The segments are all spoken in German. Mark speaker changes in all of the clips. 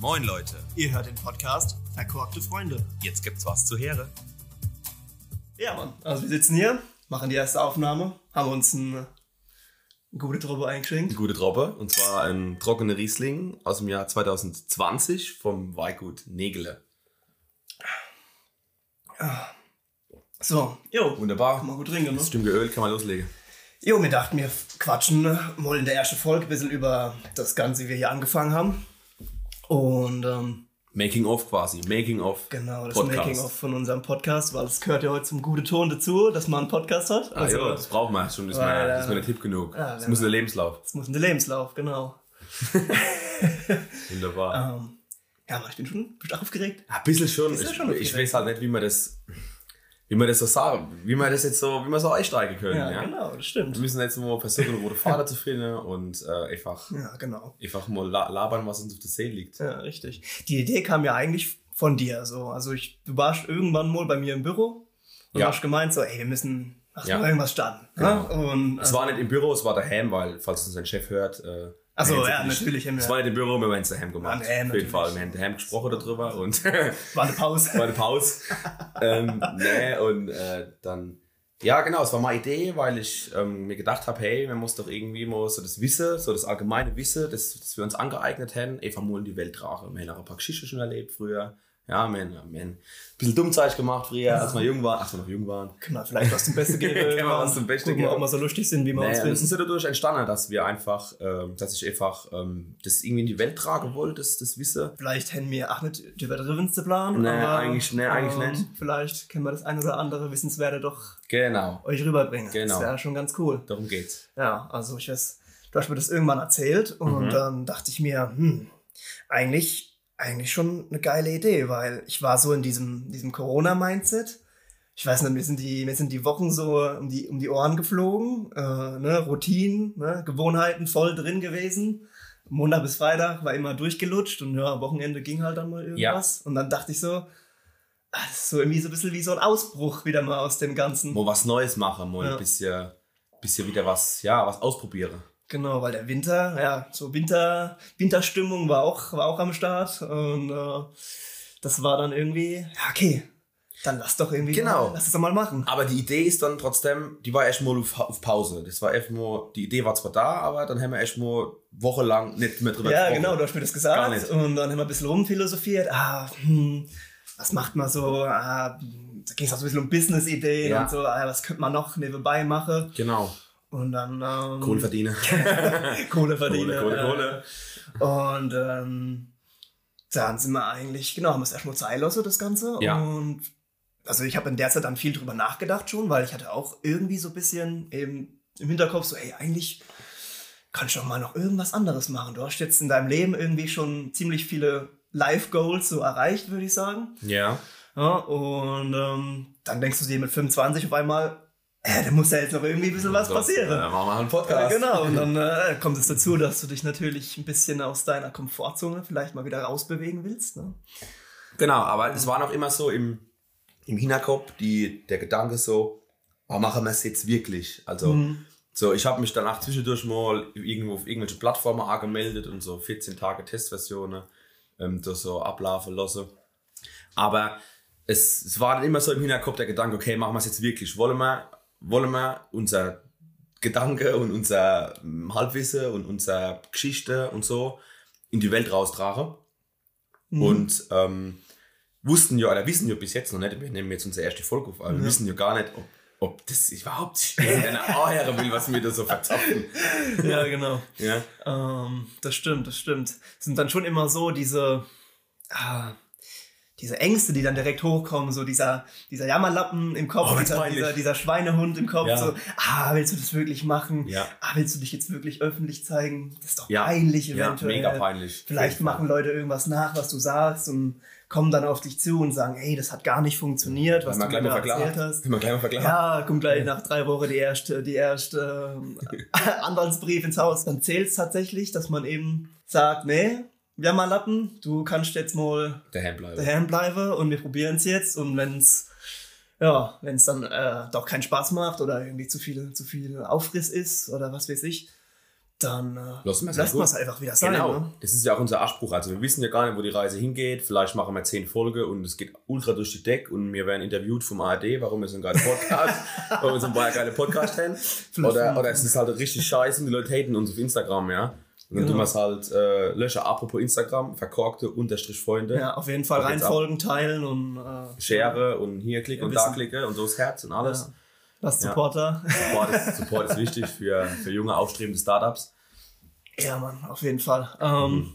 Speaker 1: Moin Leute,
Speaker 2: Ihr hört den Podcast Verkorkte Freunde.
Speaker 1: jetzt gibt's was zu Heere.
Speaker 2: Ja, Mann. Also wir sitzen hier, machen die erste Aufnahme, haben uns eine gute Truppe
Speaker 3: Die
Speaker 2: eingeschenkt.
Speaker 3: gute Troppe, und zwar ein trockener Riesling aus dem Jahr 2020 vom Weingut Negele.
Speaker 2: So, jo,
Speaker 3: Wunderbar.
Speaker 2: haben wir gut trinken, ne?
Speaker 3: Das Stimmt geölt, kann man loslegen.
Speaker 2: Jo, wir dachten, wir quatschen mal in der ersten Folge ein bisschen über das Ganze, wie wir hier angefangen haben. Und ähm,
Speaker 3: Making of quasi, Making of.
Speaker 2: genau, das
Speaker 3: Podcast.
Speaker 2: Making-of von unserem Podcast, weil es gehört ja heute zum guten Ton dazu, dass man einen Podcast hat. Also,
Speaker 3: Ah, ja, das braucht man schon, das ist,
Speaker 2: Weil,
Speaker 3: mir,
Speaker 2: äh,
Speaker 3: das ist mir der Tipp genug.
Speaker 2: ja,
Speaker 3: das
Speaker 2: wenn
Speaker 3: muss der
Speaker 2: man-
Speaker 3: Lebenslauf.
Speaker 2: das muss ein Lebenslauf, genau.
Speaker 3: Wunderbar. Ah,
Speaker 2: Ähm, ja, aber ich bin schon bist du aufgeregt.
Speaker 3: Ein bisschen schon.
Speaker 2: Bisschen
Speaker 3: ich,
Speaker 2: schon ne?
Speaker 3: ich
Speaker 2: aufgeregt.
Speaker 3: weiß halt nicht, wie man das, wie man das so sagen, wie man das jetzt so, wie man so einsteigen können. Ja,
Speaker 2: genau, das
Speaker 3: Wir
Speaker 2: stimmt.
Speaker 3: müssen jetzt nur versuchen, eine rote Fader zu finden und äh, einfach,
Speaker 2: Ja, genau.
Speaker 3: einfach mal la- labern, was uns auf der Seele liegt.
Speaker 2: Ja, richtig. Die Idee kam ja eigentlich von dir. So. Also ich, du warst irgendwann mal bei mir im Büro und
Speaker 3: Ja.
Speaker 2: hast gemeint, so, ey, wir müssen ach,
Speaker 3: Ja.
Speaker 2: mal irgendwas starten.
Speaker 3: Genau.
Speaker 2: Ne? Und,
Speaker 3: Es war nicht im Büro, es war daheim, weil, falls uns ein Chef hört. Äh,
Speaker 2: Ach so,
Speaker 3: wir hätten
Speaker 2: ja,
Speaker 3: nicht-
Speaker 2: natürlich, haben wir-
Speaker 3: Es war nicht im Büro, wir haben es daheim gemacht.
Speaker 2: Ja, daheim
Speaker 3: Auf jeden
Speaker 2: natürlich.
Speaker 3: Fall. Wir haben daheim gesprochen darüber und war
Speaker 2: war eine Pause.
Speaker 3: eine Pause. ähm, nee, und äh, dann. Ja, genau, es war meine Idee, weil ich ähm, mir gedacht habe, hey, man muss doch irgendwie mal so das Wissen, so das allgemeine Wissen, das, das wir uns angeeignet haben, einfach mal in die Welt tragen. Wir haben auch ein paar Geschichten schon erlebt früher. Ja, wir haben, wir haben ein bisschen Dummzeug gemacht früher, als wir jung waren, als wir noch jung waren.
Speaker 2: Können wir vielleicht was zum Besten geben?
Speaker 3: Können wir
Speaker 2: irgendwann.
Speaker 3: was zum Besten
Speaker 2: Gucken wir, ob
Speaker 3: geben.
Speaker 2: wir so lustig sind, wie wir
Speaker 3: Naja,
Speaker 2: uns
Speaker 3: das ist
Speaker 2: finden.
Speaker 3: ja dadurch entstanden, dass wir einfach, ähm, dass ich einfach ähm, das irgendwie in die Welt tragen wollte, das, das Wissen.
Speaker 2: Vielleicht hätten wir auch nicht die übertriebenste Plan.
Speaker 3: Nee,
Speaker 2: aber, äh,
Speaker 3: eigentlich- nee, eigentlich nicht.
Speaker 2: Vielleicht können wir das ein oder andere Wissenswerte doch
Speaker 3: Genau.
Speaker 2: euch rüberbringen.
Speaker 3: Genau.
Speaker 2: Das wäre schon ganz cool.
Speaker 3: Darum geht's.
Speaker 2: Ja, also ich weiß, du hast mir das irgendwann erzählt und
Speaker 3: Mhm.
Speaker 2: dann dachte ich mir, hm, eigentlich, eigentlich schon eine geile Idee, weil ich war so in diesem, diesem Corona-Mindset. Ich weiß nicht, mir sind die, mir sind die Wochen so um die, um die Ohren geflogen, äh, ne, Routinen, ne, Gewohnheiten voll drin gewesen. Montag bis Freitag war immer durchgelutscht und ja, am Wochenende ging halt dann mal irgendwas. Und dann dachte ich so, ah, das ist so irgendwie so ein bisschen wie so ein Ausbruch wieder mal aus dem Ganzen.
Speaker 3: Mal was Neues machen, mal
Speaker 2: Ja.
Speaker 3: ein bisschen, bisschen wieder was, ja, was ausprobieren.
Speaker 2: Genau, weil der Winter, ja, so Winter, Winterstimmung war auch, war auch am Start und äh, das war dann irgendwie, ja, okay, dann lass doch irgendwie,
Speaker 3: Genau.
Speaker 2: lass es doch mal machen.
Speaker 3: Aber die Idee ist dann trotzdem, die war erstmal auf, auf Pause. Das war erstmal, die Idee war zwar da, aber dann haben wir erstmal wochenlang nicht mehr drüber
Speaker 2: Ja,
Speaker 3: gesprochen.
Speaker 2: genau, du hast mir das
Speaker 3: Gar
Speaker 2: gesagt
Speaker 3: nicht.
Speaker 2: und dann haben wir ein bisschen rumphilosophiert, ah, hm, was macht man so, ah, hm, da ging es auch so ein bisschen um Business-Ideen
Speaker 3: Ja.
Speaker 2: und so, ah, was könnte man noch nebenbei machen
Speaker 3: Genau.
Speaker 2: und dann ähm,
Speaker 3: Kohle verdienen.
Speaker 2: Kohle verdienen.
Speaker 3: Kohle,
Speaker 2: äh,
Speaker 3: Kohle.
Speaker 2: Und ähm, dann sind wir eigentlich, genau, haben wir es erstmal zur Eilosse, das Ganze.
Speaker 3: Ja.
Speaker 2: Und also ich habe in der Zeit dann viel drüber nachgedacht schon, weil ich hatte auch irgendwie so ein bisschen eben im Hinterkopf so, hey, eigentlich kannst du doch mal noch irgendwas anderes machen. Du hast jetzt in deinem Leben irgendwie schon ziemlich viele Life-Goals so erreicht, würde ich sagen.
Speaker 3: Ja.
Speaker 2: Ja, und ähm, dann denkst du dir mit 25 auf einmal, äh, da muss ja jetzt noch irgendwie ein bisschen was
Speaker 3: So,
Speaker 2: passieren.
Speaker 3: Äh, machen wir einen
Speaker 2: Ja,
Speaker 3: Podcast.
Speaker 2: genau, und dann äh, kommt es dazu, dass du dich natürlich ein bisschen aus deiner Komfortzone vielleicht mal wieder rausbewegen willst. Ne?
Speaker 3: Genau, aber es war noch immer so im, im Hinterkopf die, der Gedanke so, oh, machen wir es jetzt wirklich? Also,
Speaker 2: Mhm.
Speaker 3: so ich habe mich danach zwischendurch mal irgendwo auf irgendwelche Plattformen angemeldet und so 14 Tage Testversionen ähm, das so ablaufen lassen. Aber es, es war dann immer so im Hinterkopf der Gedanke, okay, machen wir es jetzt wirklich? Wollen wir, wollen wir unser Gedanke und unser ähm, Halbwissen und unsere Geschichte und so in die Welt raustragen?
Speaker 2: Mhm.
Speaker 3: Und ähm, wussten ja, oder wissen ja bis jetzt noch nicht, wir nehmen jetzt unsere erste Folge auf, aber wir wissen ja gar nicht, ob, ob das überhaupt irgendeiner anhören will, was wir da so verzapfen.
Speaker 2: ja, genau.
Speaker 3: Ja.
Speaker 2: Ähm, das stimmt, das stimmt. Es sind dann schon immer so diese, ah, diese Ängste, die dann direkt hochkommen, so dieser, dieser Jammerlappen im Kopf,
Speaker 3: Oh, wird's
Speaker 2: dieser,
Speaker 3: peinlich.
Speaker 2: dieser, dieser Schweinehund im Kopf,
Speaker 3: Ja.
Speaker 2: so, ah, willst du das wirklich machen?
Speaker 3: Ja.
Speaker 2: Ah, willst du dich jetzt wirklich öffentlich zeigen? Das ist doch
Speaker 3: Ja.
Speaker 2: peinlich
Speaker 3: ja,
Speaker 2: eventuell.
Speaker 3: mega peinlich.
Speaker 2: Vielleicht machen Leute irgendwas nach, was du sagst und kommen dann auf dich zu und sagen, hey, das hat gar nicht funktioniert, was
Speaker 3: Wenn man
Speaker 2: du
Speaker 3: gleich
Speaker 2: mir
Speaker 3: mal
Speaker 2: da erzählt
Speaker 3: verklagt.
Speaker 2: hast.
Speaker 3: Wenn man gleich mal verklagt.
Speaker 2: Ja, kommt gleich nach drei Wochen die erste, die erste ähm, Anwaltsbrief ins Haus. Dann zählt es tatsächlich, dass man eben sagt, nee, wir mal Lappen, du kannst jetzt mal
Speaker 3: Daheim bleiben.
Speaker 2: daheim bleiben und wir probieren es jetzt und wenn es ja, wenn es dann äh, doch keinen Spaß macht oder irgendwie zu viel, zu viel Aufriss ist oder was weiß ich, dann äh,
Speaker 3: Lassen wir's halt
Speaker 2: lässt man es
Speaker 3: gut.
Speaker 2: einfach wieder sein.
Speaker 3: Genau,
Speaker 2: Ne?
Speaker 3: das ist ja auch unser Anspruch. Also wir wissen ja gar nicht, wo die Reise hingeht. Vielleicht machen wir zehn Folgen und es geht ultra durch die Deck und wir werden interviewt vom ARD, warum wir so einen geilen Podcast, warum wir so einen geile Podcast haben. Oder, oder es ist halt richtig scheiße und die Leute haten uns auf Instagram, ja. Und dann
Speaker 2: Genau.
Speaker 3: tun wir es halt äh, löschen. Apropos Instagram, verkorkte unterstrich Freunde.
Speaker 2: Ja, auf jeden Fall
Speaker 3: Ab jetzt ab.
Speaker 2: reinfolgen, teilen und äh,
Speaker 3: Schere und hier klick
Speaker 2: Wir
Speaker 3: und da
Speaker 2: wissen-
Speaker 3: klicke und so das Herz und alles.
Speaker 2: Ja. lasst
Speaker 3: Ja.
Speaker 2: Supporter.
Speaker 3: Support, ist, Support ist wichtig für, für junge, aufstrebende Startups.
Speaker 2: Ja, Mann, auf jeden Fall. Ähm,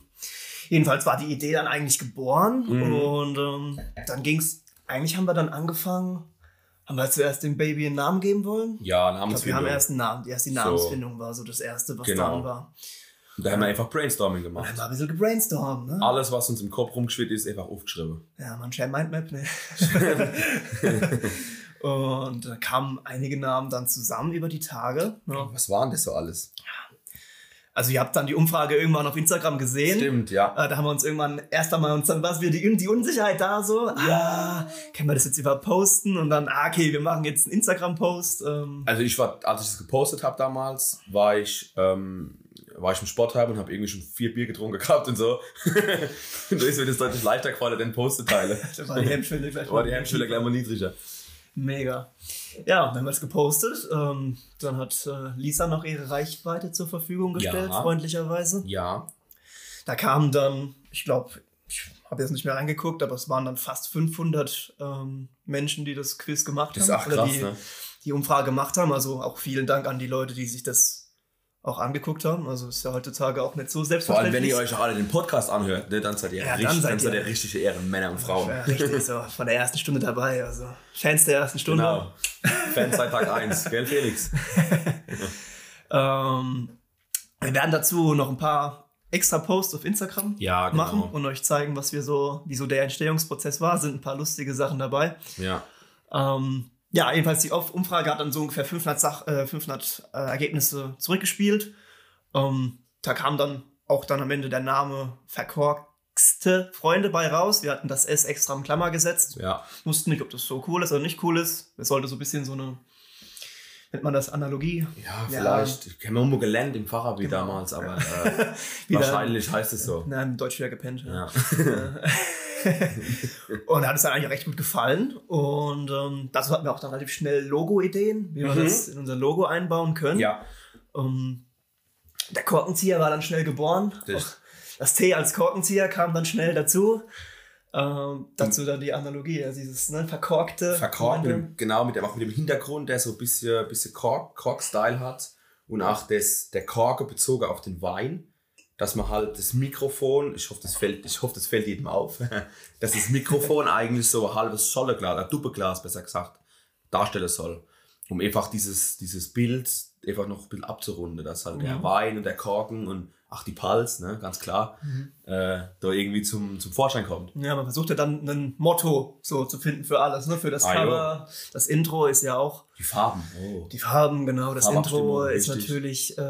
Speaker 2: Jedenfalls war die Idee dann eigentlich geboren
Speaker 3: Mhm.
Speaker 2: und ähm, dann ging's. Eigentlich haben wir dann angefangen, haben wir zuerst dem Baby einen Namen geben wollen.
Speaker 3: Ja,
Speaker 2: Ich glaube, wir
Speaker 3: Namensfindung.
Speaker 2: haben erst einen Namen, erst die
Speaker 3: So.
Speaker 2: Namensfindung war so das erste, was
Speaker 3: Genau.
Speaker 2: dann war.
Speaker 3: Und da haben wir einfach Brainstorming
Speaker 2: Dann
Speaker 3: gemacht.
Speaker 2: haben wir ein bisschen gebrainstormt, ne?
Speaker 3: Alles, was uns im Kopf rumgeschwirrt ist, einfach aufgeschrieben.
Speaker 2: Ja, man Share Mindmap, ne? und da kamen einige Namen dann zusammen über die Tage. Ne?
Speaker 3: Was waren das so alles?
Speaker 2: Also ihr habt dann die Umfrage irgendwann auf Instagram gesehen.
Speaker 3: Stimmt, ja.
Speaker 2: Äh, Da haben wir uns irgendwann erst einmal uns dann was wir die, die Unsicherheit da so. Ah, können wir das jetzt über posten und dann ah, okay, wir machen jetzt einen Instagram Post. Ähm,
Speaker 3: Also ich war, als ich das gepostet habe damals, war ich, ähm, war ich im Sportheim und habe irgendwie schon vier Bier getrunken gehabt und so. und da ist mir das deutlich leichter gefallen, den Post zu teilen.
Speaker 2: da war die Hemmschwelle gleich.
Speaker 3: War die Hemmschwelle gleich mal niedriger.
Speaker 2: Mega. Ja, dann haben wir es gepostet. Ähm, dann hat äh, Lisa noch ihre Reichweite zur Verfügung gestellt,
Speaker 3: Ja.
Speaker 2: freundlicherweise.
Speaker 3: Ja.
Speaker 2: Da kamen dann, ich glaube, ich habe jetzt nicht mehr reingeguckt, aber es waren dann fast 500 ähm, Menschen, die das Quiz gemacht
Speaker 3: Das ist
Speaker 2: haben.
Speaker 3: auch
Speaker 2: oder
Speaker 3: krass,
Speaker 2: die,
Speaker 3: ne?
Speaker 2: die Umfrage gemacht haben. Also auch vielen Dank an die Leute, die sich das auch angeguckt haben. Also ist ja heutzutage auch nicht so
Speaker 3: Vor allem, wenn
Speaker 2: selbstverständlich.
Speaker 3: ihr euch auch alle den Podcast anhört, ne, dann seid ihr,
Speaker 2: Ja,
Speaker 3: richtig,
Speaker 2: dann
Speaker 3: dann
Speaker 2: seid
Speaker 3: seid
Speaker 2: ihr-
Speaker 3: ihr richtige Ehrenmänner und Frauen.
Speaker 2: Ja, richtig, so von der ersten Stunde dabei. Also Fans der ersten Stunde.
Speaker 3: Genau. Fan seit Tag 1. Gell, Felix?
Speaker 2: Ähm, wir werden dazu noch ein paar extra Posts auf Instagram
Speaker 3: Ja, genau.
Speaker 2: machen und euch zeigen, was wir so, wieso der Entstehungsprozess war. Sind ein paar lustige Sachen dabei.
Speaker 3: Ja.
Speaker 2: Ähm, ja, jedenfalls die Auf- Umfrage hat dann so ungefähr 500, Sach äh, 500 äh, Ergebnisse zurückgespielt. Ähm, da kam dann auch dann am Ende der Name verkorkste Freunde bei raus. Wir hatten das S extra im Klammer gesetzt.
Speaker 3: Ja.
Speaker 2: Wussten nicht, ob das so cool ist oder nicht cool ist. Es sollte so ein bisschen so eine, nennt man das Analogie?
Speaker 3: Ja, vielleicht. Ich kenne nur gelernt im Fachabi
Speaker 2: Genau.
Speaker 3: damals, aber äh,
Speaker 2: Wieder-
Speaker 3: wahrscheinlich heißt es so.
Speaker 2: Nein, im Deutsch wieder gepennt. ja.
Speaker 3: Ja.
Speaker 2: und hat es dann eigentlich recht gut gefallen. Und ähm, dazu hatten wir auch dann relativ schnell Logo-Ideen, wie wir
Speaker 3: Mhm.
Speaker 2: das in unser Logo einbauen können.
Speaker 3: ja.
Speaker 2: Ähm, der Korkenzieher war dann schnell geboren.
Speaker 3: Das-
Speaker 2: Auch das T als Korkenzieher kam dann schnell dazu. Ähm, dazu dann die Analogie, also dieses ne, verkorkte.
Speaker 3: Verkorkt, mit dem, genau, mit dem, auch mit dem Hintergrund, der so ein bisschen, bisschen Kork, Kork-Style hat. Und auch das, der Korke bezogen auf den Wein, dass man halt das Mikrofon, ich hoffe, das fällt, ich hoffe, das fällt jedem auf, dass das Mikrofon eigentlich so ein halbes Scholleglas, ein Doppelglas besser gesagt, darstellen soll. Um einfach dieses, dieses Bild einfach noch ein bisschen abzurunden, dass halt der
Speaker 2: Mhm.
Speaker 3: Wein und der Korken und ach die Pals, ne, ganz klar, äh, da irgendwie zum, zum Vorschein kommt.
Speaker 2: Ja, man versucht ja dann ein Motto so zu finden für alles, ne? Für das
Speaker 3: Ah, jo.
Speaker 2: Cover, das Intro ist ja auch
Speaker 3: Die Farben. Oh.
Speaker 2: die Farben, genau. Das Intro
Speaker 3: Farbabstimmung,
Speaker 2: ist
Speaker 3: wichtig.
Speaker 2: natürlich, äh,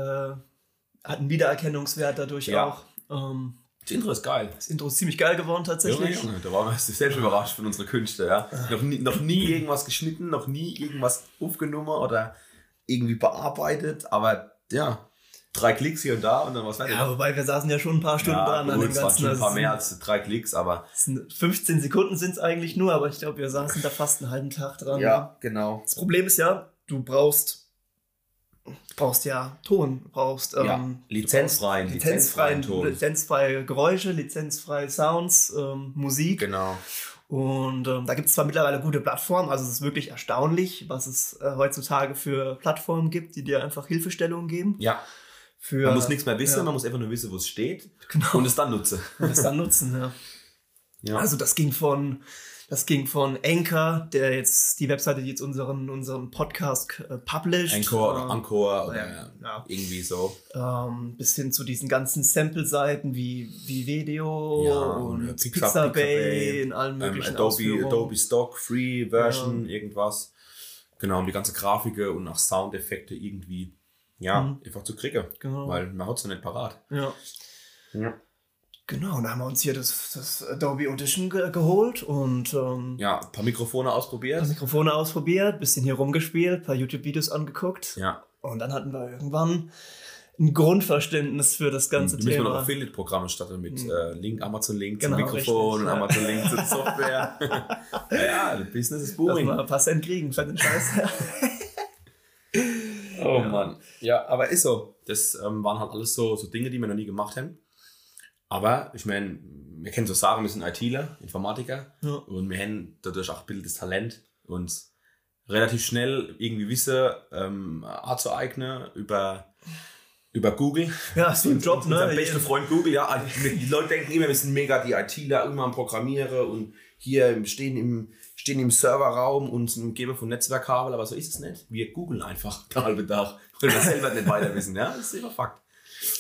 Speaker 2: hat einen Wiedererkennungswert dadurch
Speaker 3: Ja.
Speaker 2: auch. Ähm,
Speaker 3: Das Intro ist geil.
Speaker 2: das Intro ist ziemlich geil geworden
Speaker 3: Junge,
Speaker 2: tatsächlich.
Speaker 3: Junge, da waren wir selbst überrascht von unseren Künsten. Ja. Noch, nie, noch nie irgendwas geschnitten, noch nie irgendwas aufgenommen oder irgendwie bearbeitet, aber ja, drei Klicks hier und da und dann war es fertig.
Speaker 2: Ja, wobei wir saßen ja schon ein paar Stunden dran an
Speaker 3: gut,
Speaker 2: dem
Speaker 3: es waren
Speaker 2: Ganzen.
Speaker 3: schon ein
Speaker 2: also
Speaker 3: paar
Speaker 2: es
Speaker 3: mehr als drei Klicks, aber
Speaker 2: Es sind 15 Sekunden sind es eigentlich nur, aber ich glaube, wir saßen da fast einen halben Tag dran.
Speaker 3: ja, genau.
Speaker 2: Das Problem ist ja, du brauchst, du brauchst ja Ton, du brauchst ähm,
Speaker 3: Ja, Lizenzfreien,
Speaker 2: lizenzfreien,
Speaker 3: lizenzfreien Ton.
Speaker 2: lizenzfreie Geräusche, lizenzfreie Sounds, ähm, Musik.
Speaker 3: Genau.
Speaker 2: Und ähm, da gibt es zwar mittlerweile gute Plattformen, also es ist wirklich erstaunlich, was es äh, heutzutage für Plattformen gibt, die dir einfach Hilfestellungen geben.
Speaker 3: Ja,
Speaker 2: Für,
Speaker 3: man muss nichts mehr wissen,
Speaker 2: ja.
Speaker 3: man muss einfach nur wissen, wo es steht
Speaker 2: genau,
Speaker 3: und es dann nutzen.
Speaker 2: und das dann nutzen. Ja.
Speaker 3: Ja.
Speaker 2: Also das ging von das ging von Anchor, der jetzt die Webseite, die jetzt unseren unseren Podcast äh, published,
Speaker 3: Encore oder
Speaker 2: ähm,
Speaker 3: Encore
Speaker 2: ja,
Speaker 3: oder
Speaker 2: ja.
Speaker 3: irgendwie so.
Speaker 2: ähm, bis hin zu diesen ganzen Sample-Seiten wie wie Video
Speaker 3: Ja, und,
Speaker 2: und,
Speaker 3: äh, Pixar-
Speaker 2: Pixabay
Speaker 3: Pixabay,
Speaker 2: in allen
Speaker 3: ähm,
Speaker 2: möglichen
Speaker 3: Adobe,
Speaker 2: Ausführungen.
Speaker 3: Adobe Stock, Free Version, irgendwas. Genau, um die ganze Grafiken und auch Soundeffekte irgendwie ja,
Speaker 2: Mhm.
Speaker 3: einfach zu kriegen.
Speaker 2: Genau.
Speaker 3: Weil man hat es ja nicht parat.
Speaker 2: ja.
Speaker 3: Ja,
Speaker 2: Genau, und da haben wir uns hier das, das Adobe Audition ge geholt und ähm,
Speaker 3: ein paar Mikrofone ausprobiert.
Speaker 2: das Mikrofone ausprobiert, bisschen hier rumgespielt, paar YouTube-Videos angeguckt.
Speaker 3: Ja,
Speaker 2: Und dann hatten wir irgendwann ein Grundverständnis für das ganze
Speaker 3: Da müssen wir noch
Speaker 2: Thema. Mhm.
Speaker 3: Affiliate-Programme starten mit äh, Link, Amazon-Link
Speaker 2: Genau,
Speaker 3: zum Mikrofon,
Speaker 2: richtig, ja.
Speaker 3: Amazon-Link zur Software. ja, ja, Business ist
Speaker 2: Dass
Speaker 3: booming.
Speaker 2: wir ein paar Cent kriegen für den Scheiß.
Speaker 3: Oh Mann. Ja, aber ist so. Das ähm, waren halt alles so, so Dinge, die wir noch nie gemacht haben. Aber ich meine, wir kennen so Sachen, wir sind ITler, Informatiker.
Speaker 2: Ja.
Speaker 3: Und wir haben dadurch auch ein bisschen das Talent, uns relativ schnell irgendwie Wissen ähm, anzueignen über, über Google.
Speaker 2: ja, ist wie im Job,
Speaker 3: Unser
Speaker 2: ne?
Speaker 3: bester Freund Google, ja. also, Die Leute denken immer, wir sind mega die ITler, immer am Programmieren und hier stehen im, stehen im Serverraum und sind umgeben von Netzwerkkabel, aber so ist es nicht. Wir googeln einfach den halben Tag, weil wir selber nicht weiter wissen, ja. Das ist immer Fakt.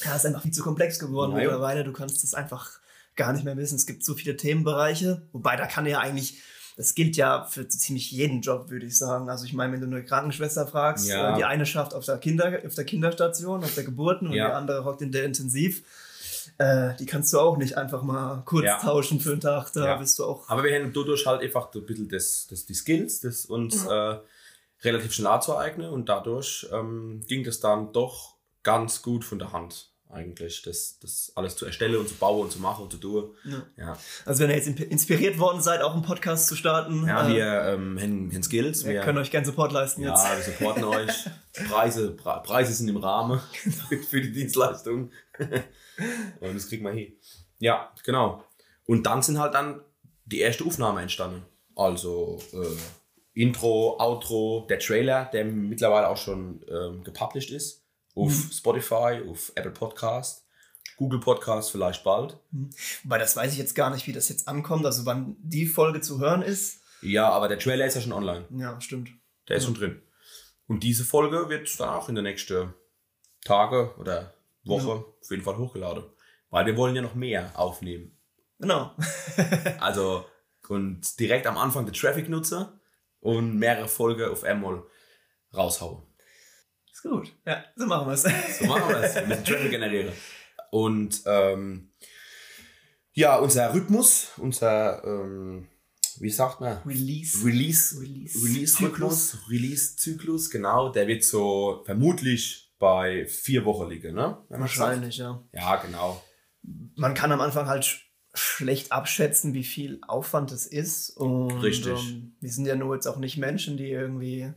Speaker 2: Ja, ist einfach viel zu komplex geworden
Speaker 3: Ja, ja.
Speaker 2: mittlerweile. Du kannst es einfach gar nicht mehr wissen. Es gibt so viele Themenbereiche. Wobei, da kann ja eigentlich, das gilt ja für so ziemlich jeden Job, würde ich sagen. Also ich meine, wenn du eine Krankenschwester fragst,
Speaker 3: Ja.
Speaker 2: äh, die eine schafft auf der, Kinder, auf der Kinderstation, auf der Geburten und
Speaker 3: Ja.
Speaker 2: die andere hockt in der Intensiv. Äh, die kannst du auch nicht einfach mal kurz
Speaker 3: Ja.
Speaker 2: tauschen für einen Tag. Da
Speaker 3: Ja.
Speaker 2: bist du auch.
Speaker 3: Aber wir haben dadurch halt einfach so ein bisschen das, das, die Skills, das uns äh, relativ schnell anzueignen und dadurch ähm, ging das dann doch ganz gut von der Hand eigentlich, das, das alles zu erstellen und zu bauen und zu machen und zu tun.
Speaker 2: Ja.
Speaker 3: Ja.
Speaker 2: Also wenn ihr jetzt in- inspiriert worden seid, auch einen Podcast zu starten,
Speaker 3: Ja,
Speaker 2: äh,
Speaker 3: wir ähm, haben, haben Skills.
Speaker 2: wir können euch gern Support leisten
Speaker 3: ja,
Speaker 2: jetzt.
Speaker 3: wir supporten euch. Preise, Pre Preise sind im Rahmen für die Dienstleistung. Und das kriegt man hin. Ja, genau. Und dann sind halt dann die erste Aufnahme entstanden. Also äh, Intro, Outro, der Trailer, der mittlerweile auch schon ähm, gepublished ist. Auf
Speaker 2: Mhm.
Speaker 3: Spotify, auf Apple Podcast, Google Podcast vielleicht bald.
Speaker 2: Wobei, das weiß ich jetzt gar nicht, wie das jetzt ankommt, also wann die Folge zu hören ist.
Speaker 3: Ja, aber der Trailer ist ja schon online.
Speaker 2: Ja, stimmt.
Speaker 3: Der ist schon drin. Und diese Folge wird dann auch in den nächsten Tage oder Woche auf jeden Fall hochgeladen. Weil wir wollen ja noch mehr aufnehmen.
Speaker 2: Genau.
Speaker 3: Also und direkt am Anfang den Traffic nutze und mehrere Folgen auf einmal raushauen.
Speaker 2: Ist gut. Ja, so machen wir es.
Speaker 3: So machen wir das. Wir müssen Traffic generieren. Und ähm, ja, unser Rhythmus, unser, ähm, wie sagt man?
Speaker 2: Release.
Speaker 3: Release,
Speaker 2: Release-
Speaker 3: Release-Zyklus, Release-Zyklus, genau, der wird so vermutlich bei vier Wochen liegen, ne? Wenn man
Speaker 2: Wahrscheinlich, ja.
Speaker 3: sagt. Ja, genau.
Speaker 2: Man kann am Anfang halt sch schlecht abschätzen, wie viel Aufwand es ist. Und,
Speaker 3: Richtig.
Speaker 2: ähm, wir sind ja nur jetzt auch nicht Menschen, die irgendwie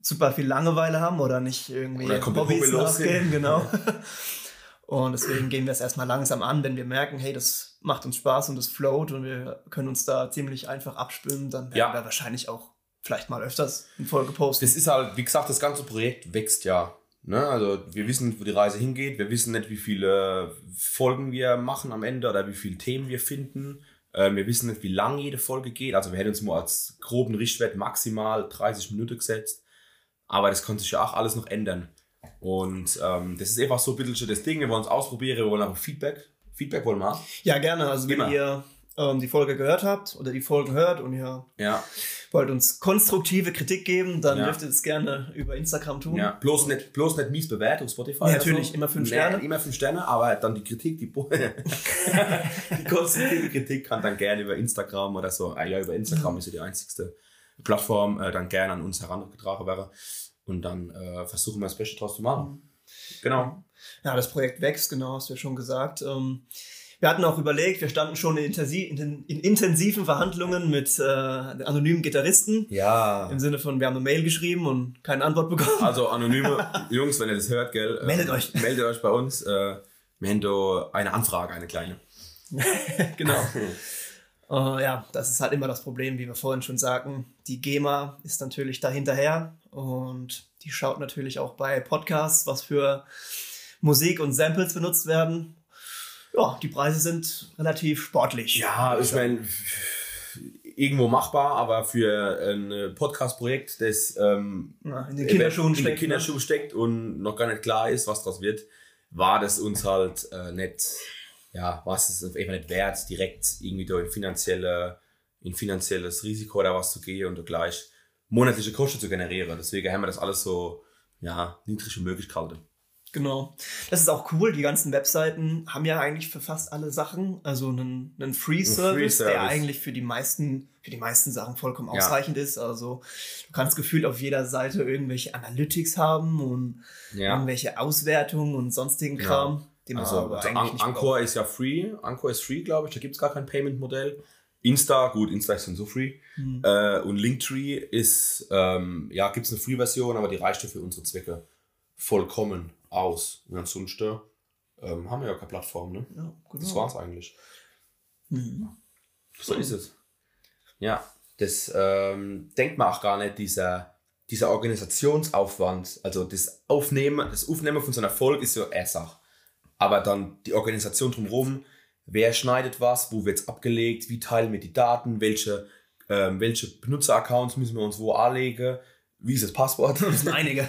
Speaker 2: super viel Langeweile haben oder nicht irgendwie
Speaker 3: Oder komplett hobbylos sind.
Speaker 2: nachgehen, genau. Und deswegen gehen wir es erstmal langsam an, wenn wir merken, hey, das macht uns Spaß und das float und wir können uns da ziemlich einfach abstimmen, dann werden
Speaker 3: Ja.
Speaker 2: wir wahrscheinlich auch vielleicht mal öfters eine Folge posten.
Speaker 3: Das ist halt, wie gesagt, das ganze Projekt wächst ja. Ne? Also wir wissen nicht, wo die Reise hingeht, wir wissen nicht, wie viele Folgen wir machen am Ende oder wie viele Themen wir finden. Ähm, wir wissen nicht, wie lang jede Folge geht. Also wir hätten uns mal als groben Richtwert maximal 30 Minuten gesetzt. Aber das konnte sich ja auch alles noch ändern. Und ähm, das ist einfach so ein bisschen schon das Ding. Wir wollen es ausprobieren, wir wollen auch Feedback. Feedback wollen wir. haben.
Speaker 2: Ja, gerne. Also wenn
Speaker 3: Immer.
Speaker 2: ihr ähm, die Folge gehört habt oder die Folgen hört und ihr
Speaker 3: Ja.
Speaker 2: wollt uns konstruktive Kritik geben, dann
Speaker 3: Ja.
Speaker 2: dürft ihr das gerne über Instagram tun.
Speaker 3: ja. Bloß, nicht, bloß nicht mies bewertet auf Spotify.
Speaker 2: Nee,
Speaker 3: oder
Speaker 2: natürlich, immer fünf Sterne.
Speaker 3: immer fünf Sterne, aber dann die Kritik, die, bo- die konstruktive Kritik kann dann gerne über Instagram oder so. Ah, ja, über Instagram ist ja die einzigste Plattform, äh, dann gerne an uns herangetragen wäre. Und dann äh, versuchen wir das Beste draus zu machen. Genau.
Speaker 2: Ja, das Projekt wächst, genau, hast du ja schon gesagt. Ähm, wir hatten auch überlegt, wir standen schon in, intensi in, den- in intensiven Verhandlungen mit äh, anonymen Gitarristen.
Speaker 3: Ja.
Speaker 2: Im Sinne von, wir haben eine Mail geschrieben und keine Antwort bekommen.
Speaker 3: Also anonyme Jungs, wenn ihr das hört, gell? äh,
Speaker 2: Meldet euch.
Speaker 3: Meldet euch bei uns. Äh, wir haben da eine Anfrage, eine kleine.
Speaker 2: genau. Äh, ja, das ist halt immer das Problem, wie wir vorhin schon sagten. Die GEMA ist natürlich dahinterher und die schaut natürlich auch bei Podcasts, was für Musik und Samples benutzt werden. Ja, die Preise sind relativ sportlich.
Speaker 3: Ja, ich meine, irgendwo machbar, aber für ein äh, Podcast-Projekt, das ähm,
Speaker 2: Ja, in den Kinderschuhen
Speaker 3: in den
Speaker 2: steckt, ne?
Speaker 3: Kinderschuhen steckt und noch gar nicht klar ist, was daraus wird, war das uns halt äh, nicht, ja, was ist einfach nicht wert, direkt irgendwie da in, finanzielle, in finanzielles Risiko oder was zu gehen und da gleich monatliche Kosten zu generieren. Deswegen haben wir das alles so, ja, niedrig wie möglich gehalten.
Speaker 2: Genau. Das ist auch cool. Die ganzen Webseiten haben ja eigentlich für fast alle Sachen, also einen, einen Free Service, der
Speaker 3: Free-Service.
Speaker 2: eigentlich für die meisten, für die meisten Sachen vollkommen
Speaker 3: Ja.
Speaker 2: ausreichend ist. Also du kannst gefühlt auf jeder Seite irgendwelche Analytics haben und
Speaker 3: Ja.
Speaker 2: irgendwelche Auswertungen und sonstigen Kram, den man
Speaker 3: Also,
Speaker 2: Genau, aber
Speaker 3: also
Speaker 2: eigentlich
Speaker 3: An
Speaker 2: nicht
Speaker 3: Anchor ist ja free. Anchor ist free, glaube ich. Da gibt es gar kein Payment-Modell. Insta, gut, Insta ist dann so free.
Speaker 2: Hm.
Speaker 3: Äh, und Linktree ist, ähm, ja, gibt es eine Free-Version, aber die reicht ja für unsere Zwecke vollkommen aus. Und ansonsten ähm, haben wir ja keine Plattform, ne?
Speaker 2: braucht. Ja, genau.
Speaker 3: Das war's eigentlich.
Speaker 2: Mhm.
Speaker 3: So ist es. Ja, das ähm, denkt man auch gar nicht, dieser, dieser Organisationsaufwand. Also das Aufnehmen, das Aufnehmen von so einem Erfolg ist so eine Sache. Aber dann die Organisation drumherum, wer schneidet was, wo wird es abgelegt, wie teilen wir die Daten, welche, ähm, welche Benutzeraccounts müssen wir uns wo anlegen, wie ist das Passwort?
Speaker 2: Das sind einige.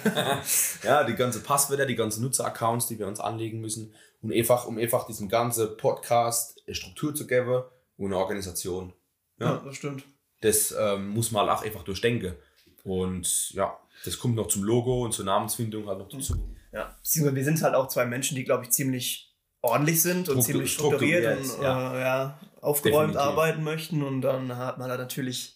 Speaker 3: ja, die ganzen Passwörter, die ganzen Nutzeraccounts, die wir uns anlegen müssen, um einfach, um einfach diesem ganzen Podcast eine Struktur zu geben und eine Organisation. Ja.
Speaker 2: das stimmt.
Speaker 3: Das ähm, muss man auch einfach durchdenken. Und ja, das kommt noch zum Logo und zur Namensfindung halt noch dazu.
Speaker 2: Ja, beziehungsweise wir sind halt auch zwei Menschen, die, glaube ich, ziemlich ordentlich sind und
Speaker 3: Struktu-
Speaker 2: ziemlich strukturiert und
Speaker 3: strukturiert,
Speaker 2: Äh, ja, aufgeräumt
Speaker 3: Definitiv.
Speaker 2: arbeiten möchten. Und dann hat man da natürlich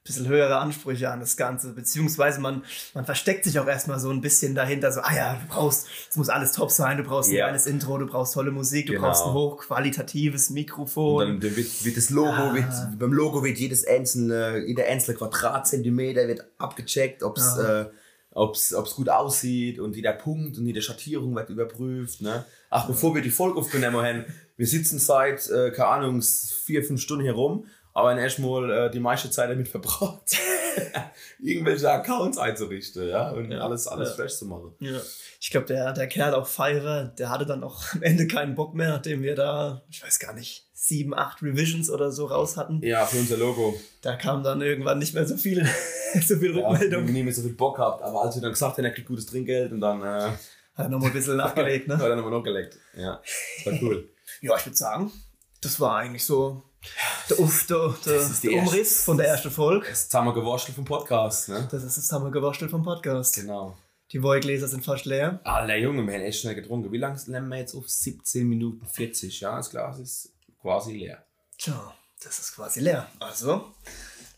Speaker 2: ein bisschen höhere Ansprüche an das Ganze. Beziehungsweise man, man versteckt sich auch erstmal so ein bisschen dahinter, so, ah ja, du brauchst, es muss alles top sein, du brauchst
Speaker 3: Ja.
Speaker 2: ein geiles Intro, du brauchst tolle Musik, du
Speaker 3: Genau.
Speaker 2: brauchst ein hochqualitatives
Speaker 3: Und
Speaker 2: Mikrofon.
Speaker 3: dann, dann wird, wird das Logo,
Speaker 2: Ah.
Speaker 3: wird, beim Logo wird jedes einzelne, jeder einzelne Quadratzentimeter wird abgecheckt, ob es
Speaker 2: Ja.
Speaker 3: äh, ob's, ob's gut aussieht und jeder Punkt und jede Schattierung wird überprüft. Ne? Ach, bevor wir die Folge aufgenommen haben, wir sitzen seit, äh, keine Ahnung, vier, fünf Stunden hier rum, aber in erstmal äh, die meiste Zeit damit verbraucht, irgendwelche Accounts einzurichten ja? und
Speaker 2: Ja.
Speaker 3: alles, alles
Speaker 2: Ja.
Speaker 3: fresh zu machen.
Speaker 2: Ja. Ich glaube, der, der Kerl auf Fire, der hatte dann auch am Ende keinen Bock mehr, nachdem wir da, ich weiß gar nicht, sieben, acht Revisions oder so raus hatten.
Speaker 3: Ja, für unser Logo.
Speaker 2: Da kam dann irgendwann nicht mehr so viel, so viel
Speaker 3: Ja, mhm. wenn ihr
Speaker 2: Rückmeldung.
Speaker 3: nicht mehr so viel Bock habt, aber als wir dann gesagt haben, er kriegt gutes Trinkgeld und dann äh,
Speaker 2: Hat nochmal ein bisschen nachgelegt,
Speaker 3: hat
Speaker 2: ne?
Speaker 3: er dann immer noch geleckt. Ja, war cool.
Speaker 2: Ja, ich würde sagen, das war eigentlich so der, Uff, der, der,
Speaker 3: Das ist die
Speaker 2: der
Speaker 3: erste-
Speaker 2: Umriss von der ersten Folge.
Speaker 3: Jetzt haben wir gewurschtelt vom Podcast, ne?
Speaker 2: Das ist das Hammergewurstel vom Podcast.
Speaker 3: Genau.
Speaker 2: Die Voigläser sind fast leer.
Speaker 3: Alter Junge, wir haben echt schnell getrunken. Wie lange nehmen wir jetzt auf? 17 Minuten 40, ja? Das Glas ist quasi leer.
Speaker 2: Tja, das ist quasi leer. Also,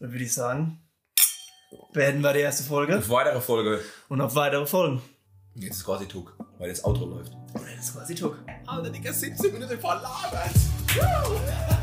Speaker 2: dann würde ich sagen, beenden wir die erste Folge
Speaker 3: Auf weitere Folge.
Speaker 2: und auf weitere Folgen.
Speaker 3: Jetzt ist quasi Tuck, weil das Outro läuft.
Speaker 2: Das ist quasi Tuck.
Speaker 3: Alter, Digga, 17 Minuten verlagert.